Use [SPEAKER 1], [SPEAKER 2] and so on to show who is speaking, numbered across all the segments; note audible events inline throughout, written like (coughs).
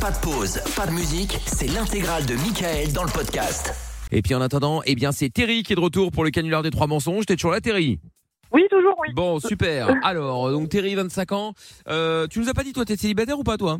[SPEAKER 1] Pas de pause, pas de musique, c'est l'intégrale de Michael dans le podcast.
[SPEAKER 2] Et puis en attendant, eh bien c'est Terry qui est de retour pour le canular des trois mensonges. T'es toujours là, Terry
[SPEAKER 3] Oui, toujours, oui.
[SPEAKER 2] Bon, super. Alors, donc Terry, 25 ans. Euh, tu nous as pas dit, toi, t'es célibataire ou pas, toi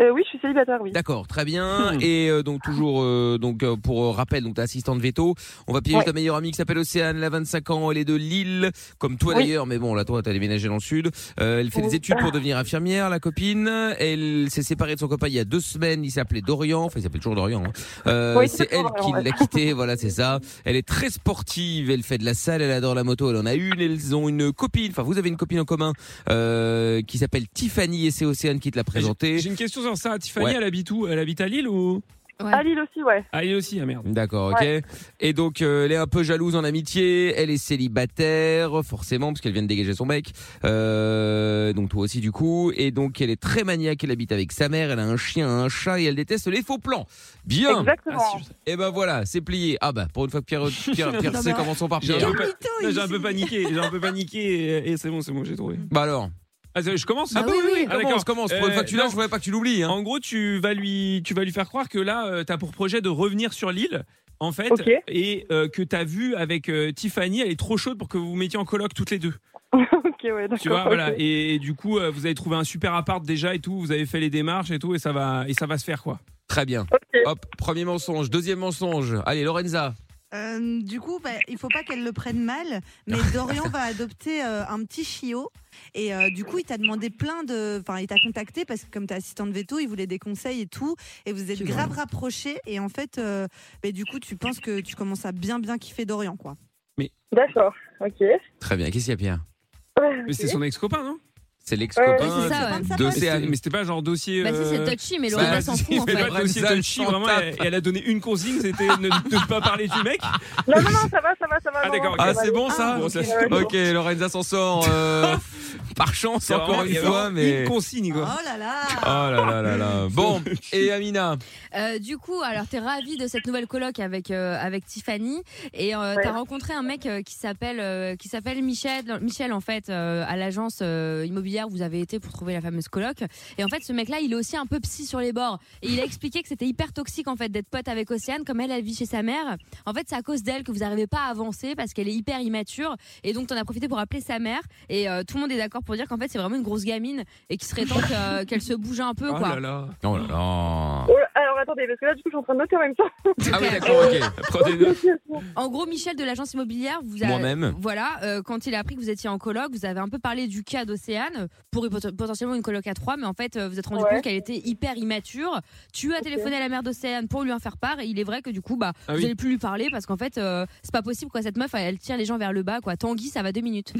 [SPEAKER 3] Euh, oui, je suis célibataire, oui. Hmm.
[SPEAKER 2] D'accord, très bien. Et euh, donc toujours, euh, donc euh, pour euh, rappel, donc t'es assistante veto. On va piéger
[SPEAKER 3] Ouais.
[SPEAKER 2] ta meilleure amie qui s'appelle Océane, elle a 25 ans, elle est de Lille, comme toi
[SPEAKER 3] Oui. Oh.
[SPEAKER 2] d'ailleurs. Mais bon, là toi, t'as déménagé dans le sud. Euh, elle fait des
[SPEAKER 3] Oui.
[SPEAKER 2] études pour devenir infirmière, la copine. Elle s'est séparée de son copain il y a deux semaines. Il s'appelait Dorian. Enfin, il s'appelle toujours Dorian. hein. Euh,
[SPEAKER 3] Oui,
[SPEAKER 2] c'est
[SPEAKER 3] c'est
[SPEAKER 2] elle
[SPEAKER 3] toujours
[SPEAKER 2] qui
[SPEAKER 3] Dorian, ouais.
[SPEAKER 2] l'a quitté. Voilà, c'est ça. Elle est très sportive. Elle fait de la salle. Elle adore la moto. Elle en a une. Elles ont une copine. Enfin, vous avez une copine en commun euh, qui s'appelle Tiffany et c'est Océane qui te l'a présentée.
[SPEAKER 4] J'ai une question sur ça. Tiffany,
[SPEAKER 2] Ouais.
[SPEAKER 4] elle habite où Elle habite à Lille ou
[SPEAKER 5] Ouais.
[SPEAKER 3] À Lille aussi, ouais.
[SPEAKER 4] À Lille aussi, ah merde.
[SPEAKER 2] D'accord, ok. Et donc, euh, elle est un peu jalouse en amitié, elle est célibataire, forcément, parce qu'elle vient de dégager son mec. Euh, donc, toi aussi, du coup. Et donc, elle est très maniaque, elle habite avec sa mère, elle a un chien, un chat, et elle déteste les faux plans. Bien
[SPEAKER 3] Exactement.
[SPEAKER 4] Ah, si,
[SPEAKER 2] Et ben voilà, c'est plié. Ah bah, pour une fois que
[SPEAKER 4] (laughs)
[SPEAKER 2] Pierre, Pierre, Pierre
[SPEAKER 5] Non,
[SPEAKER 2] sait,
[SPEAKER 5] mais-
[SPEAKER 2] commençons par
[SPEAKER 4] J'ai un
[SPEAKER 2] Pierre.
[SPEAKER 4] peu, pa- Là, j'ai un peu paniqué, j'ai un peu paniqué et, et c'est bon, c'est bon, j'ai trouvé.
[SPEAKER 2] Bah alors,
[SPEAKER 4] Ah, c'est- je commence
[SPEAKER 5] Bah oui, oui.
[SPEAKER 4] Ah, d'accord.
[SPEAKER 2] commence, commence. Pour une
[SPEAKER 4] Euh,
[SPEAKER 2] fois que tu l'as,
[SPEAKER 4] non.
[SPEAKER 2] je voulais pas que tu l'oublies. Hein.
[SPEAKER 4] En gros, tu vas lui, tu vas lui faire croire que là, euh, t'as pour projet de revenir sur l'île, en fait,
[SPEAKER 3] Ok.
[SPEAKER 4] et euh, que t'as vu avec euh, Tiffany, elle est trop chaude pour que vous vous mettiez en coloc toutes les deux.
[SPEAKER 3] (laughs) ok, ouais, d'accord.
[SPEAKER 4] Tu
[SPEAKER 3] (laughs)
[SPEAKER 4] vois,
[SPEAKER 3] ok.
[SPEAKER 4] voilà. Et, et du coup, euh, vous avez trouvé un super appart déjà et tout, vous avez fait les démarches et tout, et ça va, et ça va se faire quoi.
[SPEAKER 2] Très bien.
[SPEAKER 3] Ok.
[SPEAKER 2] Hop, premier mensonge, deuxième mensonge. Allez, Lorenza.
[SPEAKER 5] Euh, du coup, bah, il faut pas qu'elle le prenne mal, mais
[SPEAKER 4] (laughs)
[SPEAKER 5] Dorian va adopter euh, un petit chiot. Et euh, du coup, il t'a demandé plein de. Enfin, il t'a contacté parce que, comme t'es assistante veto, il voulait des conseils et tout. Et vous êtes grave rapprochés. Et en fait, euh, bah, du coup, tu penses que tu commences à bien, bien kiffer Dorian, quoi.
[SPEAKER 3] D'accord, ok.
[SPEAKER 2] Très bien. Qu'est-ce qu'il y a, Pierre
[SPEAKER 3] Ah,
[SPEAKER 4] Mais c'est son ex-copain, non
[SPEAKER 2] C'est
[SPEAKER 3] Ouais,
[SPEAKER 4] Euh,
[SPEAKER 2] l'ex-copain
[SPEAKER 6] Hein,
[SPEAKER 5] c'est ça,
[SPEAKER 2] de-
[SPEAKER 5] ouais. Ça passe.
[SPEAKER 2] d'Océane.
[SPEAKER 4] Mais c'était pas genre dossier.
[SPEAKER 6] Bah si,
[SPEAKER 4] euh,
[SPEAKER 6] c'est touchy, mais
[SPEAKER 2] bah,
[SPEAKER 6] Lorenza
[SPEAKER 2] si,
[SPEAKER 6] s'en fout en
[SPEAKER 2] mais
[SPEAKER 4] C'est
[SPEAKER 6] fait.
[SPEAKER 4] pas le dossier
[SPEAKER 2] Lorenza,
[SPEAKER 4] touchy,
[SPEAKER 2] elle s'en
[SPEAKER 4] vraiment,
[SPEAKER 2] tape.
[SPEAKER 4] elle, elle a donné une consigne, c'était ne, ne pas parler du mec.
[SPEAKER 3] Non, non, non, ça va, ça va, ça va.
[SPEAKER 4] Ah,
[SPEAKER 3] non,
[SPEAKER 4] d'accord,
[SPEAKER 3] non,
[SPEAKER 4] ok.
[SPEAKER 3] ça
[SPEAKER 2] Ah,
[SPEAKER 3] va,
[SPEAKER 2] c'est
[SPEAKER 3] oui.
[SPEAKER 2] bon ça
[SPEAKER 4] Bon, ça,
[SPEAKER 3] c'est
[SPEAKER 2] Ok, Lorenza s'en sort euh, (laughs) par chance
[SPEAKER 4] C'est
[SPEAKER 2] encore
[SPEAKER 4] vraiment- il
[SPEAKER 2] une
[SPEAKER 4] y a
[SPEAKER 2] fois,
[SPEAKER 4] vraiment
[SPEAKER 2] mais.
[SPEAKER 4] Une consigne, quoi.
[SPEAKER 6] Ah,
[SPEAKER 5] Oh là là
[SPEAKER 2] Oh là là là là. (laughs) Bon, et Amina
[SPEAKER 6] Euh, du coup, alors t'es ravie de cette nouvelle coloc avec euh, avec Tiffany et euh,
[SPEAKER 3] Ouais.
[SPEAKER 6] t'as rencontré un mec euh, qui s'appelle euh, qui s'appelle Michel Michel en fait euh, à l'agence euh, immobilière où vous avez été pour trouver la fameuse coloc et en fait ce mec là il est aussi un peu psy sur les bords et il a expliqué que c'était hyper toxique en fait d'être pote avec Océane comme elle elle vit chez sa mère en fait c'est à cause d'elle que vous n'arrivez pas à avancer parce qu'elle est hyper immature et donc t'en as profité pour appeler sa mère et euh, tout le monde est d'accord pour dire qu'en fait c'est vraiment une grosse gamine et qu'il serait temps que, euh, qu'elle se bouge un peu
[SPEAKER 4] Oh
[SPEAKER 6] quoi
[SPEAKER 4] là là.
[SPEAKER 2] Oh là là
[SPEAKER 3] Oh là- alors attendez, parce que là, du coup, je suis en train de noter en même temps.
[SPEAKER 2] Ah
[SPEAKER 6] (laughs)
[SPEAKER 2] oui, d'accord, ok.
[SPEAKER 4] Prends des notes.
[SPEAKER 6] En gros, Michel de l'agence immobilière, vous
[SPEAKER 2] (laughs)
[SPEAKER 6] a-
[SPEAKER 2] Moi-même.
[SPEAKER 6] Voilà, euh, quand il a appris que vous étiez en coloc, vous avez un peu parlé du cas d'Océane pour pot- potentiellement une coloc à trois, mais en fait, euh, vous êtes rendu
[SPEAKER 3] Ouais.
[SPEAKER 6] compte qu'elle était hyper immature. Tu as téléphoné à la mère d'Océane pour lui en faire part, et il est vrai que du coup, bah,
[SPEAKER 4] Ah
[SPEAKER 6] vous
[SPEAKER 4] oui.
[SPEAKER 6] n'allez plus lui parler parce qu'en fait, euh, c'est pas possible quoi. Cette meuf, elle, elle tire les gens vers le bas quoi. Tanguy, ça va deux minutes.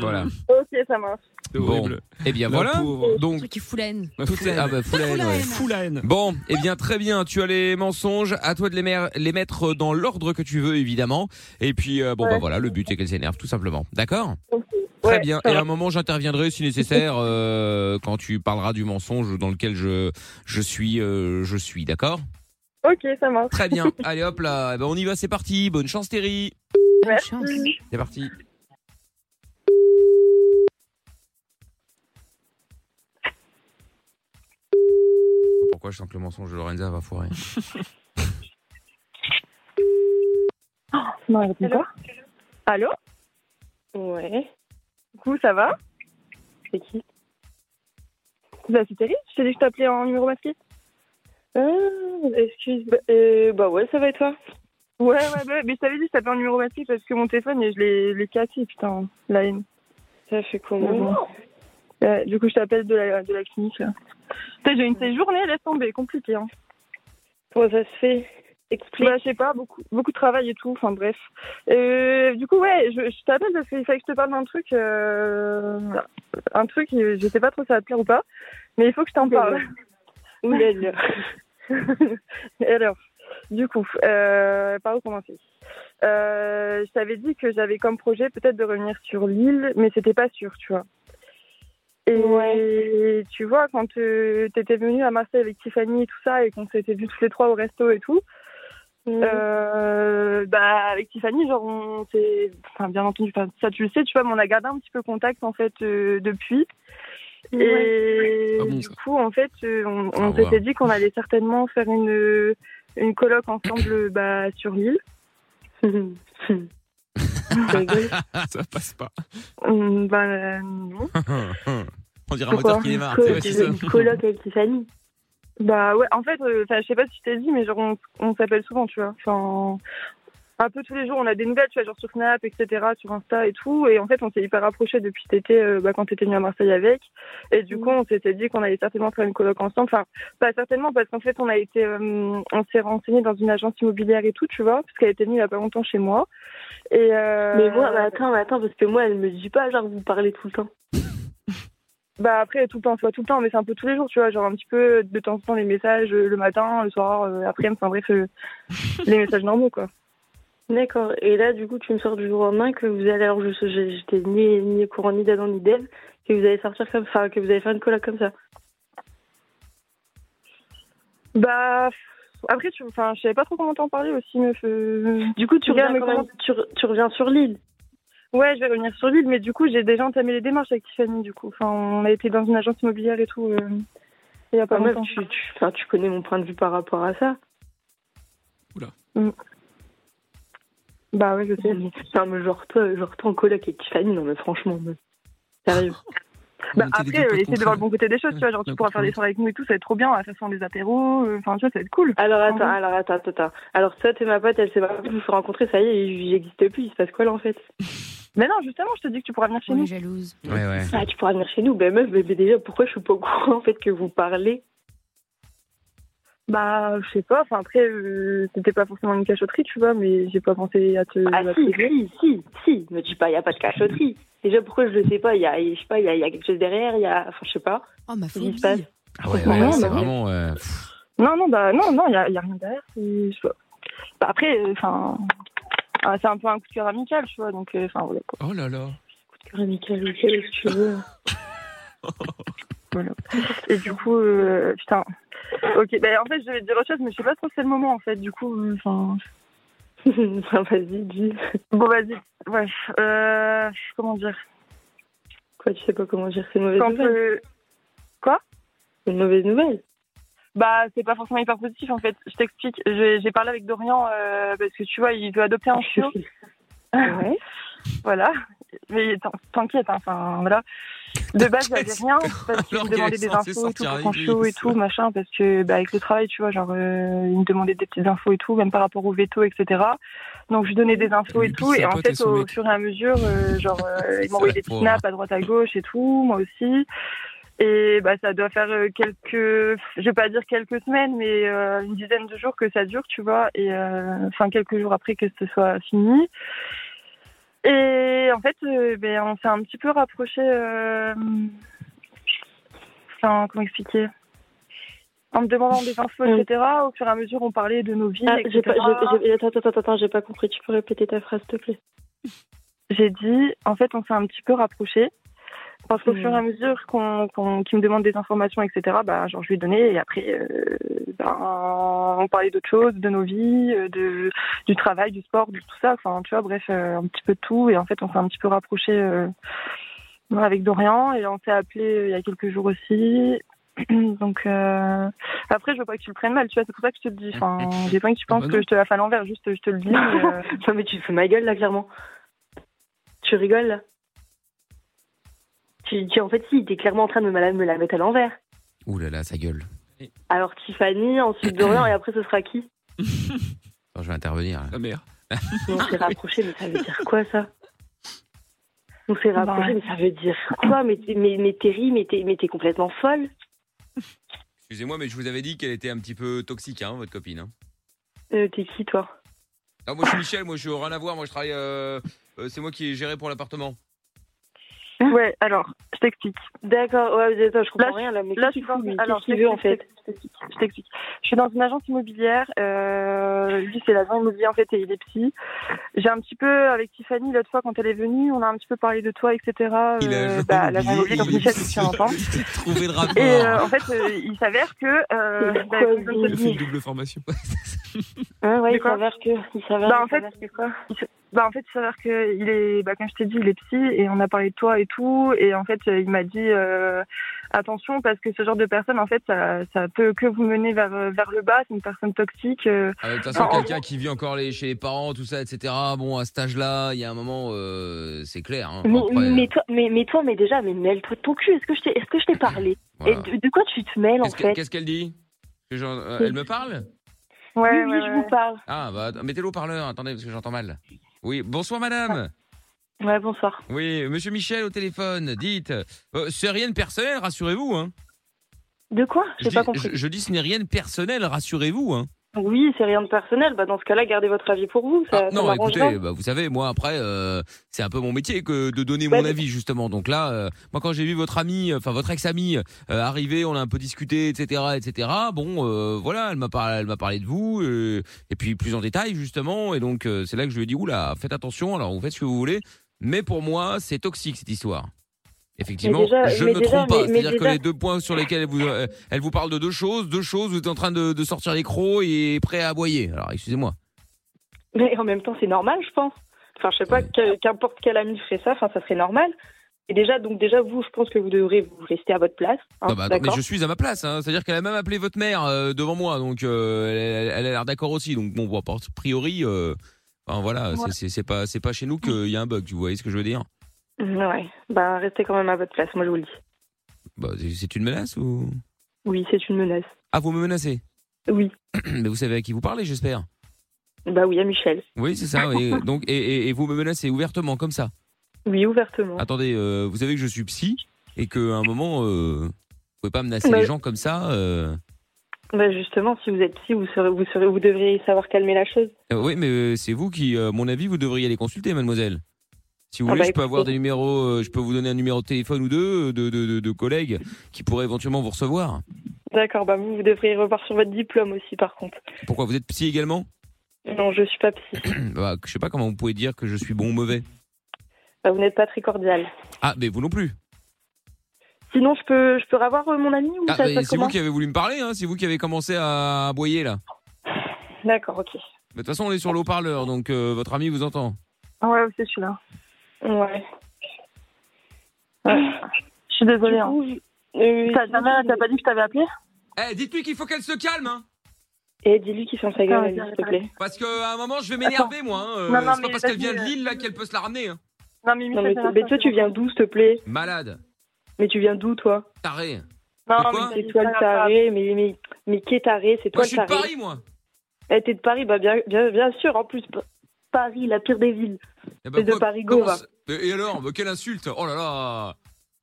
[SPEAKER 2] Voilà.
[SPEAKER 3] Ok, ça marche.
[SPEAKER 4] C'est
[SPEAKER 2] Bon.
[SPEAKER 4] horrible.
[SPEAKER 2] Eh bien
[SPEAKER 4] La
[SPEAKER 2] voilà.
[SPEAKER 4] pauvre.
[SPEAKER 6] Le
[SPEAKER 2] Donc,
[SPEAKER 6] truc qui fout la haine.
[SPEAKER 2] toutes les- Ah bah, full haine, ouais.
[SPEAKER 4] Fou la haine.
[SPEAKER 2] Bon, eh bien très bien, tu as les mensonges, à toi de les, mer- les mettre dans l'ordre que tu veux évidemment. Et puis euh, bon
[SPEAKER 3] Ouais.
[SPEAKER 2] bah voilà, le but c'est qu'elle s'énerve tout simplement. D'accord
[SPEAKER 3] Ouais,
[SPEAKER 2] Très bien.
[SPEAKER 3] ça
[SPEAKER 2] Et à
[SPEAKER 3] va.
[SPEAKER 2] un moment, j'interviendrai si nécessaire euh, quand tu parleras du mensonge dans lequel je je suis euh, je suis. D'accord
[SPEAKER 3] Ok, ça marche.
[SPEAKER 2] Très bien. Allez hop là, Eh ben, on y va, c'est parti. Bonne chance Terry.
[SPEAKER 6] Bonne
[SPEAKER 3] Merci.
[SPEAKER 6] chance.
[SPEAKER 2] C'est parti. Pourquoi je sens que le mensonge de Lorenza va foirer
[SPEAKER 7] Non, elle répond
[SPEAKER 3] Allô
[SPEAKER 7] pas.
[SPEAKER 3] Allô
[SPEAKER 7] Ouais,
[SPEAKER 3] Coucou, ça va
[SPEAKER 7] c'est qui
[SPEAKER 3] Bah, c'est terrible. Je t'ai dit que je t'appelais en numéro masqué.
[SPEAKER 7] Ah, excuse, bah, euh, bah ouais, ça va et toi
[SPEAKER 3] Ouais, ouais, ouais, mais je t'avais dit que je t'appelais en numéro masqué parce que mon téléphone, je l'ai je l'ai cassé, putain, la haine.
[SPEAKER 7] Ça fait comment
[SPEAKER 3] Ouais, du coup, je t'appelle de la, de la clinique, là. Putain, j'ai une ces journées, laisse tomber, compliqué, hein.
[SPEAKER 7] Comment ça se fait Explique.
[SPEAKER 3] Bah, je sais pas, beaucoup, beaucoup de travail et tout, enfin bref. Euh, du coup, ouais, je, je t'appelle parce qu'il fallait que je te parle d'un truc, euh, un truc, euh, je sais pas trop si ça va te plaire ou pas, mais il faut que je t'en parle.
[SPEAKER 7] Oula, là.
[SPEAKER 3] (laughs) Et Alors, du coup, euh, par où commencer Euh, Je t'avais dit que j'avais comme projet peut-être de revenir sur l'île, mais c'était pas sûr, tu vois. Et tu vois, quand tu étais venue à Marseille avec Tiffany et tout ça, et qu'on s'était vus tous les trois au resto et tout,
[SPEAKER 7] Mmh.
[SPEAKER 3] euh, bah, avec Tiffany, genre, on s'est, enfin, bien entendu, enfin, ça tu le sais, tu vois, mais on a gardé un petit peu contact en fait euh, depuis.
[SPEAKER 7] (laughs)
[SPEAKER 3] Et
[SPEAKER 4] Ah bon,
[SPEAKER 3] du
[SPEAKER 4] ça. Ah,
[SPEAKER 3] coup, en fait, euh, on, on
[SPEAKER 2] Au revoir.
[SPEAKER 3] s'était dit qu'on allait certainement faire une, une colloque
[SPEAKER 4] (coughs)
[SPEAKER 3] ensemble bah, sur l'île.
[SPEAKER 4] (laughs)
[SPEAKER 2] Ah,
[SPEAKER 4] Ça passe pas.
[SPEAKER 3] Hum, bah, euh, non.
[SPEAKER 2] On dirait un
[SPEAKER 7] Pourquoi
[SPEAKER 2] moteur qui démarre.
[SPEAKER 7] Co-
[SPEAKER 4] ouais, c'est ça.
[SPEAKER 7] tu- Colloque avec Tiffany.
[SPEAKER 3] Bah ouais, en fait, euh, 'fin, je sais pas si je t'ai dit, mais genre, on, on s'appelle souvent, tu vois. Enfin, un peu tous les jours, on a des nouvelles, tu vois, genre sur Snap, etc., sur Insta et tout. Et en fait, on s'est hyper rapprochés depuis cet été, euh, bah, quand t'étais venu à Marseille avec. Et du coup, on s'était dit qu'on allait certainement faire une coloc ensemble. Enfin, pas certainement, parce qu'en fait, on a été, euh, on s'est renseigné dans une agence immobilière et tout, tu vois, parce qu'elle était venue il y a pas longtemps chez moi. Et euh,
[SPEAKER 7] Mais moi, mais attends, mais attends, parce que moi, elle me dit pas, genre, vous parlez tout le temps.
[SPEAKER 3] Bah après tout le temps, soit tout le temps, mais c'est un peu tous les jours, tu vois, genre un petit peu de temps en temps les messages euh, le matin, le soir, euh, après, enfin bref, euh, les messages normaux quoi.
[SPEAKER 7] D'accord. Et là, du coup, tu me sors du jour au lendemain que vous allez, alors, je je- j'étais ni, ni au courant ni d'Adam ni d'Eve, que vous allez sortir comme ça, que vous allez faire une colloque comme ça.
[SPEAKER 3] Bah pff, après, tu, enfin je savais pas trop comment t'en parler aussi, meuf. euh.
[SPEAKER 7] Du coup, tu
[SPEAKER 3] Regarde,
[SPEAKER 7] reviens,
[SPEAKER 3] mais
[SPEAKER 7] quand même- tu, re- tu reviens sur l'île.
[SPEAKER 3] Ouais, je vais revenir sur l'île, mais du coup j'ai déjà entamé les démarches avec Tiffany, du coup. Enfin on a été dans une agence immobilière et tout. euh, Il y a pas
[SPEAKER 7] Enfin, meuf,
[SPEAKER 3] longtemps.
[SPEAKER 7] Ah tu, tu, enfin, tu connais mon point de vue par rapport à ça.
[SPEAKER 3] Bah ouais, je
[SPEAKER 7] Mmh.
[SPEAKER 3] sais.
[SPEAKER 7] Non, mais genre, toi, genre, toi en colloque avec Tiffany, non, mais franchement, meuf. Sérieux.
[SPEAKER 3] Bah, après, euh, essayer de voir le bon côté des choses, tu vois, genre tu pourras faire des soirées avec nous et tout, ça va être trop bien, on va faire ça dans des apéros, euh, enfin tu vois, ça va être cool.
[SPEAKER 7] Alors attends,
[SPEAKER 3] Mhm.
[SPEAKER 7] alors attends, attends, attends. Alors toi, t'es ma pote, elle s'est pas vous vous êtes rencontrés, ça y est, j'existe plus. Il se passe quoi là en fait
[SPEAKER 3] Mais non, justement, je te dis que tu pourras venir chez
[SPEAKER 6] On
[SPEAKER 3] nous.
[SPEAKER 6] est jalouse.
[SPEAKER 2] Ouais, ouais.
[SPEAKER 7] Ah, tu pourras venir chez nous. Ben meuf, mais, mais déjà, pourquoi je suis pas au courant en fait que vous parlez
[SPEAKER 3] Bah, je sais pas. Enfin, après, euh, c'était pas forcément une cachotterie, tu vois, mais j'ai pas pensé à te.
[SPEAKER 7] Ah
[SPEAKER 3] à te-
[SPEAKER 7] si, si, si, si. Me dis pas, il y a pas de cachotterie. Déjà, pourquoi je le sais pas Il y a, je sais pas, il y a, il y a quelque chose derrière. Il y a, enfin, je sais pas.
[SPEAKER 6] Oh, ma
[SPEAKER 7] Il
[SPEAKER 6] phobie.
[SPEAKER 7] se passe.
[SPEAKER 2] Ah ouais,
[SPEAKER 7] Ouais,
[SPEAKER 2] ouais, c'est
[SPEAKER 7] bah oui.
[SPEAKER 2] vraiment. euh,
[SPEAKER 3] Non, non, bah, non, non, y a, y a rien derrière. c'est- Je sais pas. Bah, après, euh, enfin. ah, c'est un peu un coup de cœur amical, tu vois, donc, euh, enfin, voilà quoi.
[SPEAKER 2] Oh là là.
[SPEAKER 7] Cœur amical, ok, si tu veux. (laughs)
[SPEAKER 3] Et du coup, euh, putain. Ok, bah, en fait, je vais te dire autre chose, mais je sais pas trop si c'est le moment, en fait, du coup, euh, enfin.
[SPEAKER 7] (laughs) Enfin, vas-y, dis.
[SPEAKER 3] Bon, vas-y. Ouais, euh. Comment dire
[SPEAKER 7] Quoi, tu sais pas comment dire C'est une mauvaise
[SPEAKER 3] Quand.
[SPEAKER 7] nouvelle.
[SPEAKER 3] euh,
[SPEAKER 7] C'est une mauvaise nouvelle.
[SPEAKER 3] Bah, c'est pas forcément hyper positif, en fait. Je t'explique. J'ai j'ai parlé avec Dorian, euh, parce que tu vois, il veut adopter un
[SPEAKER 7] (laughs)
[SPEAKER 3] chiot.
[SPEAKER 7] ouais.
[SPEAKER 3] Voilà. Mais t'en- t'inquiète, hein, enfin, voilà. De base, j'avais rien parce qu'il
[SPEAKER 2] Alors
[SPEAKER 3] me
[SPEAKER 2] qu'elle
[SPEAKER 3] demandait
[SPEAKER 2] est
[SPEAKER 3] des
[SPEAKER 2] censée
[SPEAKER 3] infos et tout
[SPEAKER 2] sortir
[SPEAKER 3] pour
[SPEAKER 2] avec
[SPEAKER 3] son
[SPEAKER 2] lui,
[SPEAKER 3] show et
[SPEAKER 2] ça.
[SPEAKER 3] tout, machin, parce que, bah, avec le travail, tu vois, genre, euh, il me demandait des petites infos et tout, même par rapport au veto, etc. Donc, je lui donnais des infos
[SPEAKER 4] Lui,
[SPEAKER 3] et
[SPEAKER 4] puis
[SPEAKER 3] tout,
[SPEAKER 4] sa
[SPEAKER 3] et en
[SPEAKER 4] pote et
[SPEAKER 3] fait,
[SPEAKER 4] son
[SPEAKER 3] au
[SPEAKER 4] mec.
[SPEAKER 3] fur et à mesure, euh, genre,
[SPEAKER 2] (laughs)
[SPEAKER 3] euh, il
[SPEAKER 2] Ça,
[SPEAKER 3] m'envoyait des petits
[SPEAKER 2] pauvre.
[SPEAKER 3] snaps à droite à gauche et tout, moi aussi. Et bah, ça doit faire euh, quelques, je vais pas dire quelques semaines, mais euh, une dizaine de jours que ça dure, tu vois, et euh, enfin quelques jours après que ce soit fini. Et en fait, euh, ben, on s'est un petit peu rapproché. euh, Enfin, comment expliquer En me demandant des infos,
[SPEAKER 7] Mm.
[SPEAKER 3] etc. Au fur et à mesure, on parlait de nos vies.
[SPEAKER 7] Ah,
[SPEAKER 3] etc.
[SPEAKER 7] j'ai pas, j'ai- j'ai- attends, attends, attends, j'ai pas compris. Tu peux répéter ta phrase, s'il te plaît
[SPEAKER 3] J'ai dit, en fait, on s'est un petit peu rapproché. Parce qu'au
[SPEAKER 4] Hmm.
[SPEAKER 7] Mm.
[SPEAKER 3] fur et à mesure qu'on, qu'on- qu'il me demande des informations, etc., bah, genre, je lui donnais. Et après, euh, ben, on parlait d'autres choses, de nos vies, euh, de, du travail, du sport, de tout ça. Enfin, tu vois, bref, euh, un petit peu de tout. Et en fait, on s'est un petit peu rapproché avec Dorian. Et on s'est appelé euh, il y a quelques jours aussi. (clears throat) Donc, euh, après, je veux pas que tu le prennes mal, tu vois, c'est pour ça que je te le dis.
[SPEAKER 4] (laughs)
[SPEAKER 3] Enfin, j'ai pas envie que tu
[SPEAKER 4] Ah bah
[SPEAKER 3] penses
[SPEAKER 4] non.
[SPEAKER 3] que je te la fais à l'envers, juste je te le dis.
[SPEAKER 4] (laughs)
[SPEAKER 3] mais, euh,
[SPEAKER 7] Non, mais tu fais ma gueule là, clairement. Tu rigoles là tu, tu- En fait, si, t'es clairement en train de me la, me la mettre à l'envers.
[SPEAKER 2] Ouh là là, sa gueule.
[SPEAKER 7] Alors Tiffany, ensuite Dorian, et après ce sera qui
[SPEAKER 2] Attends, je vais intervenir. là.
[SPEAKER 4] La mère.
[SPEAKER 7] On s'est rapproché, mais ça veut dire quoi ça On s'est rapproché, mais ça veut dire quoi Mais, t'es- mais, mais Terry, mais t'es mais t'es complètement folle
[SPEAKER 2] Excusez-moi, mais je vous avais dit qu'elle était un petit peu toxique, hein, votre copine. hein.
[SPEAKER 7] Euh, T'es qui toi
[SPEAKER 2] Ah, moi, je suis Michel, moi, je suis rien à voir, moi, je travaille. euh, euh, c'est moi qui ai géré pour l'appartement.
[SPEAKER 3] ouais, alors, je t'explique.
[SPEAKER 7] D'accord, ouais, mais attends, je comprends
[SPEAKER 3] Là,
[SPEAKER 7] rien là, mais
[SPEAKER 3] là,
[SPEAKER 7] qu'est-ce qu'il
[SPEAKER 3] je suis
[SPEAKER 7] fout,
[SPEAKER 3] dans-
[SPEAKER 7] mais
[SPEAKER 3] alors,
[SPEAKER 7] qu'est-ce qu'il veut en
[SPEAKER 3] c'est-
[SPEAKER 7] fait
[SPEAKER 3] je t'explique. Je suis dans une agence immobilière. Euh, lui, c'est l'agent immobilier en fait et il est psy. J'ai un petit peu avec Tiffany l'autre fois quand elle est venue, on a un petit peu parlé de toi, etc. Euh,
[SPEAKER 2] Il a
[SPEAKER 3] bah, l'agent immobilier, donc Michel, depuis longtemps.
[SPEAKER 7] hein.
[SPEAKER 2] Trouver le rapport.
[SPEAKER 3] Et euh, en fait, euh, il s'avère que euh,
[SPEAKER 7] Mais
[SPEAKER 3] bah,
[SPEAKER 7] pourquoi
[SPEAKER 3] comme
[SPEAKER 7] vous-
[SPEAKER 3] je
[SPEAKER 4] Il
[SPEAKER 3] te
[SPEAKER 4] a
[SPEAKER 3] dis,
[SPEAKER 4] fait une double formation.
[SPEAKER 7] Hein, Ouais,
[SPEAKER 3] C'est
[SPEAKER 7] il
[SPEAKER 3] quoi
[SPEAKER 7] s'avère que... Il s'avère
[SPEAKER 3] Bah, en
[SPEAKER 7] il
[SPEAKER 3] fait-
[SPEAKER 7] s'avère que quoi
[SPEAKER 3] bah en fait, il s'avère que il est, bah, comme je t'ai dit, il est psy et on a parlé de toi et tout. Et en fait, euh, euh, il m'a dit euh, attention parce que ce genre de personne, en fait, ça, ça peut que vous mener vers, euh, vers le bas. C'est une personne toxique. euh.
[SPEAKER 2] Ah, De toute façon,
[SPEAKER 3] Non.
[SPEAKER 2] quelqu'un qui vit encore les- chez les parents, tout ça, etc. Bon, à cet âge-là, il y a un moment, euh, c'est clair. hein.
[SPEAKER 7] Mais,
[SPEAKER 2] Bon, après,
[SPEAKER 7] mais, toi, mais, mais toi, mais déjà, mais mêle-toi de ton cul. Est-ce que je t'ai, est-ce que je t'ai parlé
[SPEAKER 2] voilà.
[SPEAKER 7] Et de, de quoi tu te mêles en
[SPEAKER 2] Qu'est-ce que-
[SPEAKER 7] fait
[SPEAKER 2] qu'est-ce qu'elle dit Que j'en- euh, Elle me parle
[SPEAKER 3] Ouais,
[SPEAKER 7] Oui,
[SPEAKER 3] ouais,
[SPEAKER 7] oui, je
[SPEAKER 3] ouais.
[SPEAKER 7] vous parle.
[SPEAKER 2] Ah, bah, att- mettez-le au parleur, attendez, parce que j'entends mal. Oui, bonsoir
[SPEAKER 7] Ah.
[SPEAKER 2] madame.
[SPEAKER 7] Ouais, bonsoir.
[SPEAKER 2] Oui, monsieur Michel au téléphone, dites. euh, c'est rien de personnel, rassurez-vous. Hein.
[SPEAKER 7] De quoi J'ai
[SPEAKER 2] dis,
[SPEAKER 7] pas compris.
[SPEAKER 2] je- je dis ce n'est rien de personnel, rassurez-vous. Hein.
[SPEAKER 7] Oui, c'est rien de personnel. Bah, dans ce cas-là, gardez votre avis pour vous. Ça,
[SPEAKER 2] Ah,
[SPEAKER 7] ça
[SPEAKER 2] non,
[SPEAKER 7] m'arrange pas.
[SPEAKER 2] écoutez, bah, vous savez, moi après, euh, c'est un peu mon métier que de donner
[SPEAKER 7] Ouais,
[SPEAKER 2] mon
[SPEAKER 7] Bah, mais-
[SPEAKER 2] avis justement. Donc là, euh, moi quand j'ai vu votre ami, enfin votre ex-ami euh, arriver, on a un peu discuté, etc., etc. Bon, euh, voilà, elle m'a parlé, elle m'a parlé de vous euh, et puis plus en détail justement. Et donc euh, c'est là que je lui ai dit, oula, faites attention. Alors vous faites ce que vous voulez, mais pour moi, c'est toxique cette histoire. Effectivement,
[SPEAKER 7] Mais déjà-
[SPEAKER 2] je ne
[SPEAKER 7] mais
[SPEAKER 2] me
[SPEAKER 7] déjà,
[SPEAKER 2] trompe pas.
[SPEAKER 7] mais- mais
[SPEAKER 2] C'est-à-dire que
[SPEAKER 7] déjà-
[SPEAKER 2] les deux points sur lesquels elle vous, euh, elle vous parle de deux choses, deux choses, vous êtes en train de, de sortir les crocs et prêt à aboyer. Alors, excusez-moi.
[SPEAKER 7] Mais en même temps, c'est normal, je pense. Enfin, je sais pas,
[SPEAKER 2] Ouais.
[SPEAKER 7] que- qu'importe quel ami ferait ça, enfin, ça serait normal. Et déjà, donc déjà, vous, je pense que vous devrez vous rester à votre place. hein,
[SPEAKER 2] Non, bah, attends, mais
[SPEAKER 7] D'accord.
[SPEAKER 2] je suis à ma place, hein. c'est-à-dire qu'elle a même appelé votre mère euh, devant moi, donc euh, elle, elle a l'air d'accord aussi. Donc bon, bon, a priori, euh, enfin, voilà, c'est- c'est c'est pas c'est pas chez nous qu'il y a un bug. Vous voyez ce que je veux dire
[SPEAKER 7] Ouais. Bah, restez quand même à votre place, moi, je vous le dis.
[SPEAKER 2] Bah, c'est- C'est une menace ou
[SPEAKER 7] Oui, c'est une menace.
[SPEAKER 2] Ah, vous me menacez
[SPEAKER 7] Oui.
[SPEAKER 2] (clears throat) Mais vous savez à qui vous parlez, j'espère.
[SPEAKER 7] Bah oui, à Michel.
[SPEAKER 2] Oui, c'est ça.
[SPEAKER 7] (laughs)
[SPEAKER 2] oui. donc et, et- et vous me menacez ouvertement comme ça.
[SPEAKER 7] Oui, ouvertement.
[SPEAKER 2] Attendez, euh, vous savez que je suis psy et qu'à un moment, euh, vous pouvez pas menacer
[SPEAKER 7] Mais-
[SPEAKER 2] les gens comme ça. euh.
[SPEAKER 7] Bah justement, si vous êtes psy, vous serez, vous serez, vous devriez savoir calmer la chose.
[SPEAKER 2] Euh, oui, mais euh, c'est vous qui, euh, à mon avis, vous devriez les consulter, mademoiselle. Si vous
[SPEAKER 7] Ah
[SPEAKER 2] voulez,
[SPEAKER 7] bah,
[SPEAKER 2] je peux
[SPEAKER 7] écoutez.
[SPEAKER 2] avoir des numéros, euh, je peux vous donner un numéro de téléphone ou deux euh, de, de, de- de collègues qui pourraient éventuellement vous recevoir.
[SPEAKER 7] D'accord, bah vous, vous devriez revoir sur votre diplôme aussi, par contre.
[SPEAKER 2] Pourquoi vous êtes psy également
[SPEAKER 7] Non, je suis pas psy.
[SPEAKER 2] bah, Je sais pas comment vous pouvez dire que je suis bon ou mauvais.
[SPEAKER 7] Bah, vous n'êtes pas très cordial.
[SPEAKER 2] Ah, mais vous non plus.
[SPEAKER 7] Sinon, je peux, je peux revoir euh, mon ami ou
[SPEAKER 2] Ah,
[SPEAKER 7] ça se
[SPEAKER 2] mais
[SPEAKER 7] passe
[SPEAKER 2] c'est vous
[SPEAKER 7] comment
[SPEAKER 2] qui avez voulu me parler, hein, c'est vous qui avez commencé à aboyer là.
[SPEAKER 7] D'accord, ok.
[SPEAKER 2] Mais De toute façon, on est sur le haut-parleur, donc euh, votre ami vous entend.
[SPEAKER 3] Ouais, c'est celui-là.
[SPEAKER 7] Ouais.
[SPEAKER 3] Ah. Je suis désolée.
[SPEAKER 7] Du
[SPEAKER 3] hein.
[SPEAKER 7] coup, je- euh,
[SPEAKER 3] T'as
[SPEAKER 7] sinon,
[SPEAKER 3] ta mère,
[SPEAKER 7] je-
[SPEAKER 3] t'as pas dit que je t'avais appelé
[SPEAKER 2] Eh, dites-lui qu'il faut qu'elle se calme, hein,
[SPEAKER 7] Et Eh, dis-lui qu'il ferme sa
[SPEAKER 3] Ah,
[SPEAKER 7] gueule, ami,
[SPEAKER 3] ok,
[SPEAKER 7] s'il te plaît.
[SPEAKER 2] parce qu'à un moment, je vais
[SPEAKER 3] m'énerver,
[SPEAKER 2] moi. hein,
[SPEAKER 3] Non, non, C'est pas mais parce qu'elle vas-y, vient de euh.
[SPEAKER 2] Lille là qu'elle peut se la ramener. hein.
[SPEAKER 3] Non, mais
[SPEAKER 7] Non,
[SPEAKER 3] Michel, c'est
[SPEAKER 7] mais,
[SPEAKER 3] la
[SPEAKER 7] mais
[SPEAKER 3] fin,
[SPEAKER 7] toi,
[SPEAKER 3] c'est
[SPEAKER 7] tu
[SPEAKER 3] bon.
[SPEAKER 7] viens d'où, s'il te plaît
[SPEAKER 2] Malade,
[SPEAKER 7] Mais tu viens d'où, toi
[SPEAKER 2] taré.
[SPEAKER 3] Non,
[SPEAKER 2] Pourquoi
[SPEAKER 3] Ah, mais t'as
[SPEAKER 7] C'est
[SPEAKER 3] dit
[SPEAKER 7] toi
[SPEAKER 3] que
[SPEAKER 7] le
[SPEAKER 3] ça va pas.
[SPEAKER 7] taré, mais, mais, mais qui est taré C'est toi
[SPEAKER 2] Moi, je suis
[SPEAKER 7] le
[SPEAKER 2] de
[SPEAKER 7] taré.
[SPEAKER 2] Paris, moi.
[SPEAKER 7] Eh, t'es de Paris, bah bien, bien, bien sûr, en plus, pa- Paris, la pire des villes.
[SPEAKER 2] Eh ben,
[SPEAKER 7] C'est de
[SPEAKER 2] quoi-
[SPEAKER 7] Paris,
[SPEAKER 2] comment
[SPEAKER 7] go, va.
[SPEAKER 2] ça- Et et alors bah, Quelle insulte Oh là là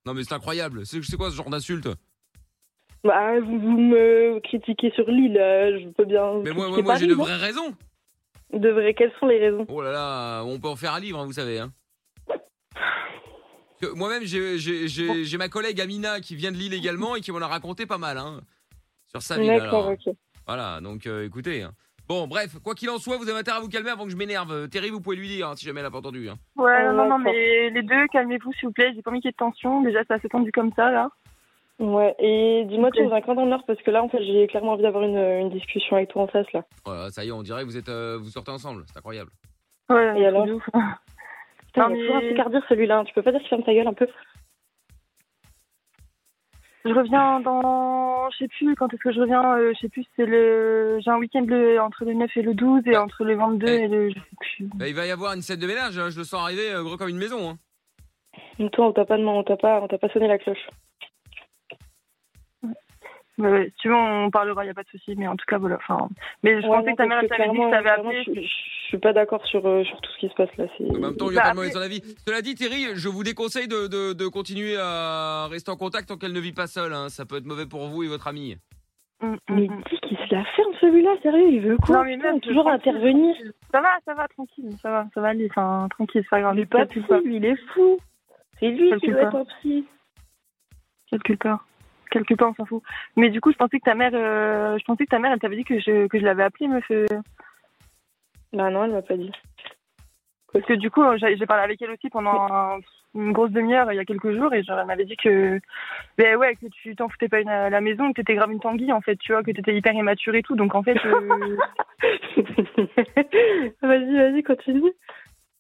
[SPEAKER 2] Non mais c'est incroyable C'est c'est quoi ce genre d'insulte
[SPEAKER 7] Bah, vous, vous me critiquez sur l'île, euh, je peux bien.
[SPEAKER 2] Mais moi, moi,
[SPEAKER 7] critiquer
[SPEAKER 2] moi, j'ai de
[SPEAKER 7] Paris, non
[SPEAKER 2] vraies raisons
[SPEAKER 7] De vraies, quelles sont les raisons
[SPEAKER 2] Oh là là On peut en faire un livre, hein, vous savez. hein. Que Moi-même, j'ai- j'ai j'ai- j'ai ma collègue Amina qui vient de Lille également et qui m'en a raconté pas mal. hein, sur sa ville,
[SPEAKER 7] D'accord,
[SPEAKER 2] alors.
[SPEAKER 7] ok.
[SPEAKER 2] Voilà, donc euh, écoutez. hein. Bon, bref, quoi qu'il en soit, vous avez intérêt à vous calmer avant que je m'énerve. Euh, Terry, vous pouvez lui dire hein, si jamais elle n'a pas entendu. hein.
[SPEAKER 3] Ouais, non, non, non,
[SPEAKER 7] Euh, D'accord.
[SPEAKER 3] mais les deux, calmez-vous, s'il vous plaît. J'ai pas mis qu'il y ait de tension. Déjà, ça s'est tendu comme ça, là.
[SPEAKER 7] Ouais, et dis-moi,
[SPEAKER 3] Ok.
[SPEAKER 7] tu reviens quand dans l'heure Parce que là, en fait, j'ai clairement envie d'avoir une, une discussion avec toi en face, là.
[SPEAKER 2] Oh là là, ça y est, on dirait que vous, êtes, euh, vous sortez ensemble. C'est incroyable.
[SPEAKER 3] Ouais,
[SPEAKER 7] Et alors
[SPEAKER 3] Ah, de
[SPEAKER 7] (laughs)
[SPEAKER 3] ouf.
[SPEAKER 7] Putain,
[SPEAKER 3] Non,
[SPEAKER 7] il a toujours un
[SPEAKER 3] mais-
[SPEAKER 7] truc à redire, celui-là. hein. Tu peux pas dire qu'il ferme ta gueule un peu
[SPEAKER 3] Je reviens dans. Je sais plus quand est-ce que je reviens. euh, je sais plus, c'est le. J'ai un week-end le- entre le 9 et le 12 et entre le 22 et le. Je sais plus.
[SPEAKER 2] Bah, il va y avoir une scène de ménage, hein, je le sens arriver euh, gros comme une maison. hein.
[SPEAKER 7] Mais Toi, on t'a pas, demandé- on t'a pas, on t'a pas sonné la cloche.
[SPEAKER 3] Ouais, ouais, si tu veux, on parlera, il a pas de souci. Mais en tout cas, voilà. Enfin, mais je
[SPEAKER 7] Ouais,
[SPEAKER 3] pensais
[SPEAKER 7] non,
[SPEAKER 3] que ta
[SPEAKER 7] parce
[SPEAKER 3] mère elle t'avait dit
[SPEAKER 7] clairement-
[SPEAKER 3] que t'avais
[SPEAKER 7] clairement,
[SPEAKER 3] appelé.
[SPEAKER 7] Je, je- je suis pas d'accord sur, euh, sur tout ce qui se passe, là. c'est-
[SPEAKER 2] En même temps, on lui a
[SPEAKER 3] Bah,
[SPEAKER 2] pas demandé
[SPEAKER 3] après-
[SPEAKER 2] son avis. Cela dit, Thierry, je vous déconseille de, de- de continuer à rester en contact tant qu'elle ne vit pas seule. hein. Ça peut être mauvais pour vous et votre amie.
[SPEAKER 3] Mm, mm,
[SPEAKER 7] Mais
[SPEAKER 3] mm.
[SPEAKER 7] dis qu'il se la ferme, celui-là, sérieux, il veut quoi
[SPEAKER 3] Non, mais
[SPEAKER 7] Putain,
[SPEAKER 3] même,
[SPEAKER 7] toujours
[SPEAKER 3] tranquille,
[SPEAKER 7] intervenir.
[SPEAKER 3] Ça va, ça va, tranquille. Ça va, ça va aller. Enfin, tranquille, c'est pas grave.
[SPEAKER 7] Il est pas psy,
[SPEAKER 3] Calcule pas.
[SPEAKER 7] lui, il est fou. C'est lui
[SPEAKER 3] Ça
[SPEAKER 7] qui
[SPEAKER 3] le
[SPEAKER 7] doit
[SPEAKER 3] fait
[SPEAKER 7] être un psy.
[SPEAKER 3] Calcule pas. Calcule pas, on s'en fout. Mais du coup, je pensais que ta mère. euh, Je pensais que ta mère elle t'avait dit que je, que je l'avais appelé, meuf. euh,
[SPEAKER 7] Bah non, elle m'a pas dit. (laughs)
[SPEAKER 3] Parce que du coup, euh, j'ai j'ai parlé avec elle aussi pendant un- une grosse demi-heure euh, il y a quelques jours et genre, elle m'avait dit que, ben ouais, que tu t'en foutais pas une, à la maison, que t'étais grave une tanguille en fait, tu vois, que t'étais hyper immature et tout. Donc en fait, euh,
[SPEAKER 7] vas-y, vas-y, continue.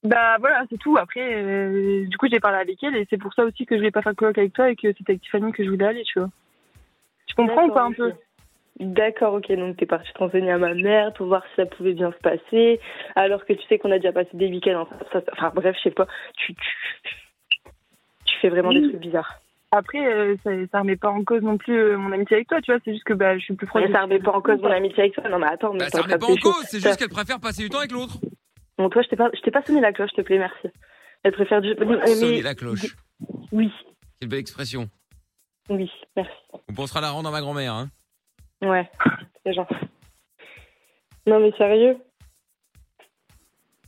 [SPEAKER 3] Bah voilà, c'est tout. Après, euh, du coup, j'ai parlé avec elle et c'est pour ça aussi que je voulais pas faire coloc avec toi et que c'était avec Tiffany que je voulais aller, tu vois. Tu comprends ou pas un peu
[SPEAKER 7] D'accord, ok, donc t'es parti renseigner à ma mère pour voir si ça pouvait bien se passer, alors que tu sais qu'on a déjà passé des week-ends, enfin, ça- ça- enfin, bref, je sais pas, tu, tu, tu fais vraiment des
[SPEAKER 3] Oui.
[SPEAKER 7] trucs bizarres.
[SPEAKER 3] Après, euh, ça, ça remet pas en cause non plus euh, mon amitié avec toi, tu vois. C'est juste que bah, je suis plus proche.
[SPEAKER 7] Mais
[SPEAKER 3] de-
[SPEAKER 7] ça remet pas en cause mon amitié avec toi, non mais attends, mais
[SPEAKER 2] Bah,
[SPEAKER 7] t'es
[SPEAKER 2] ça remet
[SPEAKER 7] train
[SPEAKER 2] pas
[SPEAKER 7] de
[SPEAKER 2] en
[SPEAKER 7] pécho.
[SPEAKER 2] cause, c'est
[SPEAKER 7] T'as-
[SPEAKER 2] juste qu'elle préfère passer du temps avec l'autre.
[SPEAKER 7] Euh, Bon, toi, je t'ai pas, je t'ai pas sonné la cloche, s'il te plaît, merci. Elle préfère du... mais-
[SPEAKER 2] Sonner la cloche.
[SPEAKER 7] Oui,
[SPEAKER 2] Quelle belle expression.
[SPEAKER 7] oui, merci.
[SPEAKER 2] On pensera la rendre à ma grand-mère. Hein.
[SPEAKER 7] Ouais, c'est gentil. Non mais sérieux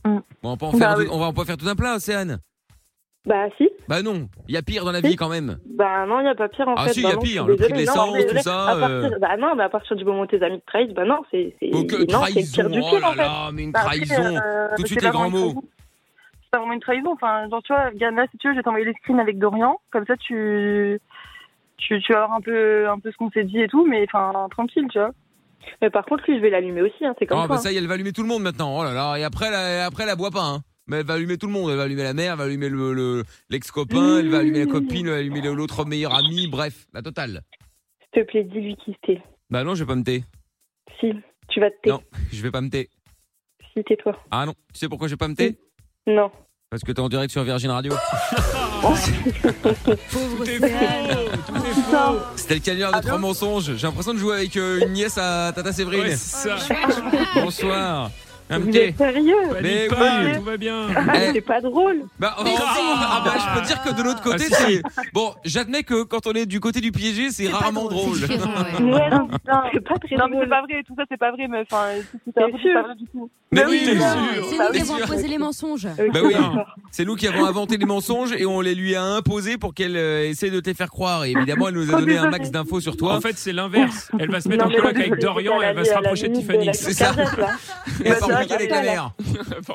[SPEAKER 2] Bon, on va pas en faire,
[SPEAKER 3] Bah oui.
[SPEAKER 2] tout, on va pas faire tout un plat, Océane.
[SPEAKER 7] Bah si,
[SPEAKER 2] Bah non, il y a pire dans la vie quand même.
[SPEAKER 7] bah non, il a pas pire en
[SPEAKER 2] Ah
[SPEAKER 7] fait.
[SPEAKER 2] si,
[SPEAKER 7] bah
[SPEAKER 2] y a
[SPEAKER 7] non,
[SPEAKER 2] pire,
[SPEAKER 7] je suis
[SPEAKER 2] le prix de
[SPEAKER 7] désolée. Non,
[SPEAKER 2] l'essence,
[SPEAKER 7] mais
[SPEAKER 2] tout ça,
[SPEAKER 7] à partir- Bah non, mais à partir du moment où tes amis te trahissent, bah non, c'est c'est-
[SPEAKER 2] Oh, que
[SPEAKER 7] non, c'est le pire
[SPEAKER 2] trahison,
[SPEAKER 7] du
[SPEAKER 2] oh
[SPEAKER 7] pire
[SPEAKER 2] là
[SPEAKER 7] en fait.
[SPEAKER 2] là, mais une
[SPEAKER 3] Bah, après,
[SPEAKER 2] trahison.
[SPEAKER 3] euh,
[SPEAKER 2] Tout de
[SPEAKER 3] c'est
[SPEAKER 2] suite
[SPEAKER 3] pas
[SPEAKER 2] les grands
[SPEAKER 3] vraiment une
[SPEAKER 2] mots.
[SPEAKER 3] trahison. C'est pas vraiment une trahison. Enfin, genre, tu vois, regarde là, si tu veux, je vais t'envoyer les screens avec Dorian. Comme ça, tu. Tu, tu vas voir un peu, un peu ce qu'on s'est dit et tout, mais enfin, tranquille, tu vois.
[SPEAKER 7] Mais par contre, lui, je vais l'allumer aussi, hein, c'est comme
[SPEAKER 2] Ah
[SPEAKER 7] toi.
[SPEAKER 2] bah ça y est, elle va allumer tout le monde maintenant. Oh là là, et après, la, après, elle boit pas. Hein. Mais elle va allumer tout le monde. Elle va allumer la mère, elle va allumer le- le- l'ex-copain, elle va allumer la copine, elle va allumer le- l'autre meilleur ami. Bref, la totale.
[SPEAKER 7] hein. S'il te plaît, dis-lui qui c'était.
[SPEAKER 2] Bah non, je vais pas me taire.
[SPEAKER 7] Si, tu vas te taire.
[SPEAKER 2] Non. Je vais pas me taire.
[SPEAKER 7] Si, tais-toi.
[SPEAKER 2] Ah non, tu sais pourquoi je vais pas me taire
[SPEAKER 7] Non.
[SPEAKER 2] Parce que t'es en direct sur Virgin Radio.
[SPEAKER 6] Pauvre
[SPEAKER 4] Tout est
[SPEAKER 6] Océane.
[SPEAKER 4] faux, tout est faux.
[SPEAKER 2] C'était le canular des trois mensonges. J'ai l'impression de jouer avec euh, une nièce à Tata Séverine. Ah.
[SPEAKER 4] Ouais, c'est ça. (laughs)
[SPEAKER 2] Bonsoir. Un
[SPEAKER 7] Vous êtes
[SPEAKER 2] petit.
[SPEAKER 7] sérieux
[SPEAKER 2] Mais
[SPEAKER 4] Panique pas,
[SPEAKER 2] oui.
[SPEAKER 4] tout va bien.
[SPEAKER 2] Eh.
[SPEAKER 7] Ah, c'est pas drôle.
[SPEAKER 2] Bah, oh,
[SPEAKER 6] Mais c'est-
[SPEAKER 2] ah bah, je peux te dire que de l'autre côté,
[SPEAKER 4] Ah,
[SPEAKER 2] c'est.
[SPEAKER 4] si,
[SPEAKER 2] Bon, j'admets que quand on est du côté du piégé, c'est
[SPEAKER 5] C'est pas
[SPEAKER 2] rarement
[SPEAKER 5] drôle.
[SPEAKER 6] (laughs)
[SPEAKER 2] drôle.
[SPEAKER 6] Ouais.
[SPEAKER 7] Ouais, non,
[SPEAKER 3] Non,
[SPEAKER 7] c'est pas très
[SPEAKER 3] non, mais
[SPEAKER 7] drôle.
[SPEAKER 3] c'est pas vrai, tout ça, c'est pas vrai, mais enfin, c'est
[SPEAKER 7] T'es
[SPEAKER 3] pas vrai, c'est
[SPEAKER 7] sûr
[SPEAKER 3] pas vrai du tout.
[SPEAKER 2] Mais
[SPEAKER 4] Mais
[SPEAKER 2] oui,
[SPEAKER 4] oui,
[SPEAKER 2] mais
[SPEAKER 4] bien
[SPEAKER 2] oui.
[SPEAKER 4] sûr.
[SPEAKER 6] C'est
[SPEAKER 7] Bah
[SPEAKER 6] nous qui
[SPEAKER 2] oui.
[SPEAKER 6] avons imposé les mensonges.
[SPEAKER 7] Ok,
[SPEAKER 2] Bah oui.
[SPEAKER 7] d'accord.
[SPEAKER 2] C'est nous qui avons inventé les mensonges et on les lui a imposés pour qu'elle euh, essaie de te les faire croire. Et évidemment, elle nous a
[SPEAKER 3] Oh,
[SPEAKER 2] donné un
[SPEAKER 3] désolé.
[SPEAKER 2] max d'infos sur toi.
[SPEAKER 4] En fait, c'est l'inverse. Elle va se mettre
[SPEAKER 7] Non,
[SPEAKER 4] en
[SPEAKER 7] mais
[SPEAKER 4] coloc
[SPEAKER 7] vous
[SPEAKER 4] avec
[SPEAKER 7] êtes
[SPEAKER 4] Dorian et
[SPEAKER 7] à la-
[SPEAKER 4] elle va se
[SPEAKER 7] à la
[SPEAKER 4] rapprocher de
[SPEAKER 7] limite
[SPEAKER 4] Tiffany.
[SPEAKER 7] la
[SPEAKER 2] C'est ça.
[SPEAKER 7] cardiaque,
[SPEAKER 2] (laughs)
[SPEAKER 7] là.
[SPEAKER 2] et elle
[SPEAKER 3] bah,
[SPEAKER 2] part
[SPEAKER 3] ça,
[SPEAKER 2] piquer les
[SPEAKER 7] ça, là.
[SPEAKER 2] galères.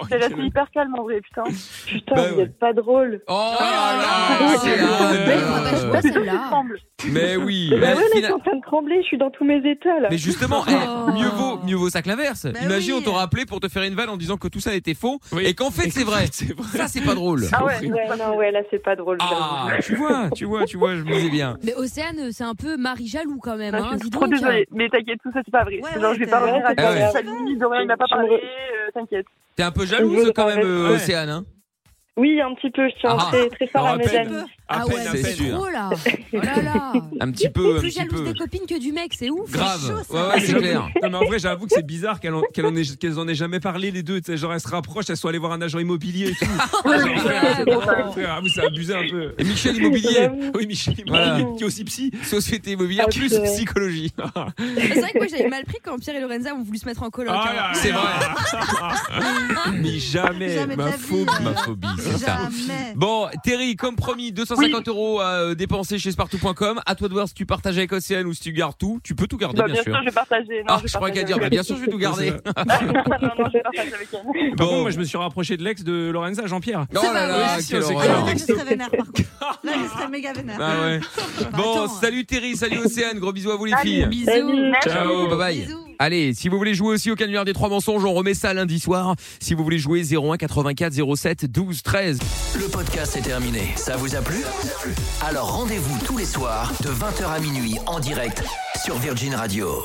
[SPEAKER 3] C'est resté hyper calme en vrai, putain.
[SPEAKER 7] Putain,
[SPEAKER 2] Oh, Bah
[SPEAKER 7] vous
[SPEAKER 2] ouais.
[SPEAKER 7] êtes pas drôle.
[SPEAKER 2] Oh là là, c'est
[SPEAKER 6] Ah,
[SPEAKER 2] Anne.
[SPEAKER 6] bah,
[SPEAKER 3] C'est tout qui
[SPEAKER 6] celle-là.
[SPEAKER 3] tremble.
[SPEAKER 2] Mais oui.
[SPEAKER 7] Bah
[SPEAKER 2] Eh,
[SPEAKER 7] ouais, mais je
[SPEAKER 2] fina-
[SPEAKER 7] suis en train de trembler, je suis dans tous mes états là.
[SPEAKER 2] Mais justement, eh,
[SPEAKER 6] Oh.
[SPEAKER 2] mieux vaut mieux vaut ça que l'inverse.
[SPEAKER 5] Bah
[SPEAKER 2] Imagine
[SPEAKER 5] oui.
[SPEAKER 2] on t'aura appelé pour te faire une vanne en disant que tout ça était faux
[SPEAKER 4] Oui.
[SPEAKER 2] et qu'en fait c'est vrai.
[SPEAKER 4] C'est vrai.
[SPEAKER 2] Ça c'est pas drôle.
[SPEAKER 3] Ah ouais,
[SPEAKER 4] horrible.
[SPEAKER 3] ouais,
[SPEAKER 7] Ouais, non, ouais, là c'est pas drôle.
[SPEAKER 2] Ah,
[SPEAKER 7] j'avoue.
[SPEAKER 2] tu vois, tu vois, tu vois, je me disais bien.
[SPEAKER 6] Mais Océane, c'est un peu Marie jaloux quand même.
[SPEAKER 3] Non,
[SPEAKER 6] Hein,
[SPEAKER 3] Ah, je suis
[SPEAKER 6] dis
[SPEAKER 3] trop
[SPEAKER 6] donc.
[SPEAKER 3] désolée, mais t'inquiète, tout ça, c'est pas vrai.
[SPEAKER 5] Ouais,
[SPEAKER 3] Genre,
[SPEAKER 5] ouais,
[SPEAKER 3] je vais
[SPEAKER 5] t'as-
[SPEAKER 3] pas revenir
[SPEAKER 4] Ah
[SPEAKER 7] ouais,
[SPEAKER 3] à
[SPEAKER 7] c'est
[SPEAKER 2] pas grave.
[SPEAKER 3] ta famille, Dorian, il m'a pas
[SPEAKER 7] Je me-
[SPEAKER 3] parlé, euh, t'inquiète.
[SPEAKER 2] T'es un peu jalouse
[SPEAKER 7] veux
[SPEAKER 2] quand même,
[SPEAKER 7] arrêter.
[SPEAKER 2] euh,
[SPEAKER 4] Ouais.
[SPEAKER 2] Océane. Hein
[SPEAKER 7] Oui, un petit peu, je tiens
[SPEAKER 2] Ah.
[SPEAKER 7] très, très fort
[SPEAKER 4] On
[SPEAKER 7] à mes
[SPEAKER 4] rappelle.
[SPEAKER 7] amis.
[SPEAKER 6] Ah
[SPEAKER 4] À peine,
[SPEAKER 6] ouais,
[SPEAKER 4] à
[SPEAKER 2] c'est
[SPEAKER 6] c'est
[SPEAKER 4] peine.
[SPEAKER 2] sûr.
[SPEAKER 3] (laughs)
[SPEAKER 6] trop là. Oh là là.
[SPEAKER 2] Un petit peu, un
[SPEAKER 6] Plus
[SPEAKER 2] petit
[SPEAKER 6] jalouse
[SPEAKER 2] peu.
[SPEAKER 6] des copines que du mec, c'est ouf.
[SPEAKER 2] Grave.
[SPEAKER 5] chaud,
[SPEAKER 2] Ouais,
[SPEAKER 5] ça.
[SPEAKER 2] ouais, c'est
[SPEAKER 4] J'avoue-
[SPEAKER 2] clair.
[SPEAKER 4] Non, mais en vrai, j'avoue que c'est bizarre qu'elles en, qu'elles en aient- qu'elles en aient jamais parlé, les deux. Tu sais, Genre, elles se rapprochent, elles sont allées voir un agent immobilier et tout. Genre, frère, c'est
[SPEAKER 6] bon.
[SPEAKER 4] frère, frère, ah, vous, c'est abusé un peu.
[SPEAKER 2] Et Michel Immobilier,
[SPEAKER 7] J'avoue.
[SPEAKER 4] Oui, Michel immobilier,
[SPEAKER 2] Voilà.
[SPEAKER 4] qui est aussi psy.
[SPEAKER 2] Société Immobilière
[SPEAKER 7] Ah,
[SPEAKER 2] plus
[SPEAKER 7] c'est vrai.
[SPEAKER 2] psychologie.
[SPEAKER 6] Mais Bah, C'est vrai que moi j'avais mal pris quand Pierre et Lorenza ont voulu se mettre en coloc.
[SPEAKER 4] Ah,
[SPEAKER 6] hein.
[SPEAKER 2] Ah C'est
[SPEAKER 4] vrai. (laughs) Mais jamais,
[SPEAKER 5] Jamais de
[SPEAKER 4] ma
[SPEAKER 5] la vie.
[SPEAKER 4] phobie.
[SPEAKER 2] Ma
[SPEAKER 4] (laughs)
[SPEAKER 2] phobie, c'est ça.
[SPEAKER 5] Jamais.
[SPEAKER 2] Bon, Terry, comme promis, 250 euros à euh, dépenser chez spartou.com. À toi de voir si tu partages avec Océane ou si tu gardes tout. Tu peux tout garder,
[SPEAKER 3] Bah,
[SPEAKER 2] bien, sûr.
[SPEAKER 3] je vais
[SPEAKER 2] (laughs)
[SPEAKER 3] partager. Non,
[SPEAKER 2] Ah,
[SPEAKER 3] vais
[SPEAKER 2] je crois qu'à
[SPEAKER 3] partager
[SPEAKER 2] dire, bah,
[SPEAKER 3] avec
[SPEAKER 2] bien sûr, je vais tout garder.
[SPEAKER 3] elle. Non, non, je vais partager avec elle.
[SPEAKER 4] Par contre, moi, je me suis rapproché de l'ex de Lorenza, Jean-Pierre.
[SPEAKER 2] Oh là là,
[SPEAKER 4] Oui, c'est
[SPEAKER 2] quelle
[SPEAKER 4] sûr, c'est
[SPEAKER 5] Ah,
[SPEAKER 2] horreur.
[SPEAKER 5] là, je serais vénère par contre. Là, je serais méga vénère.
[SPEAKER 2] Ah ouais.
[SPEAKER 5] Bah,
[SPEAKER 2] Bon,
[SPEAKER 5] attends,
[SPEAKER 2] salut Terry, salut Océane, gros bisous à vous les
[SPEAKER 3] Salut.
[SPEAKER 2] filles.
[SPEAKER 6] Bisous.
[SPEAKER 3] Merci.
[SPEAKER 2] Ciao, bye bye.
[SPEAKER 5] Bisous.
[SPEAKER 2] Allez, si vous voulez jouer aussi au canular des trois mensonges, on remet ça lundi soir. Si vous voulez jouer 01 84 07 12 13.
[SPEAKER 1] Le podcast est terminé. Ça vous a plu Alors rendez-vous tous les soirs de 20h à minuit en direct sur Virgin Radio.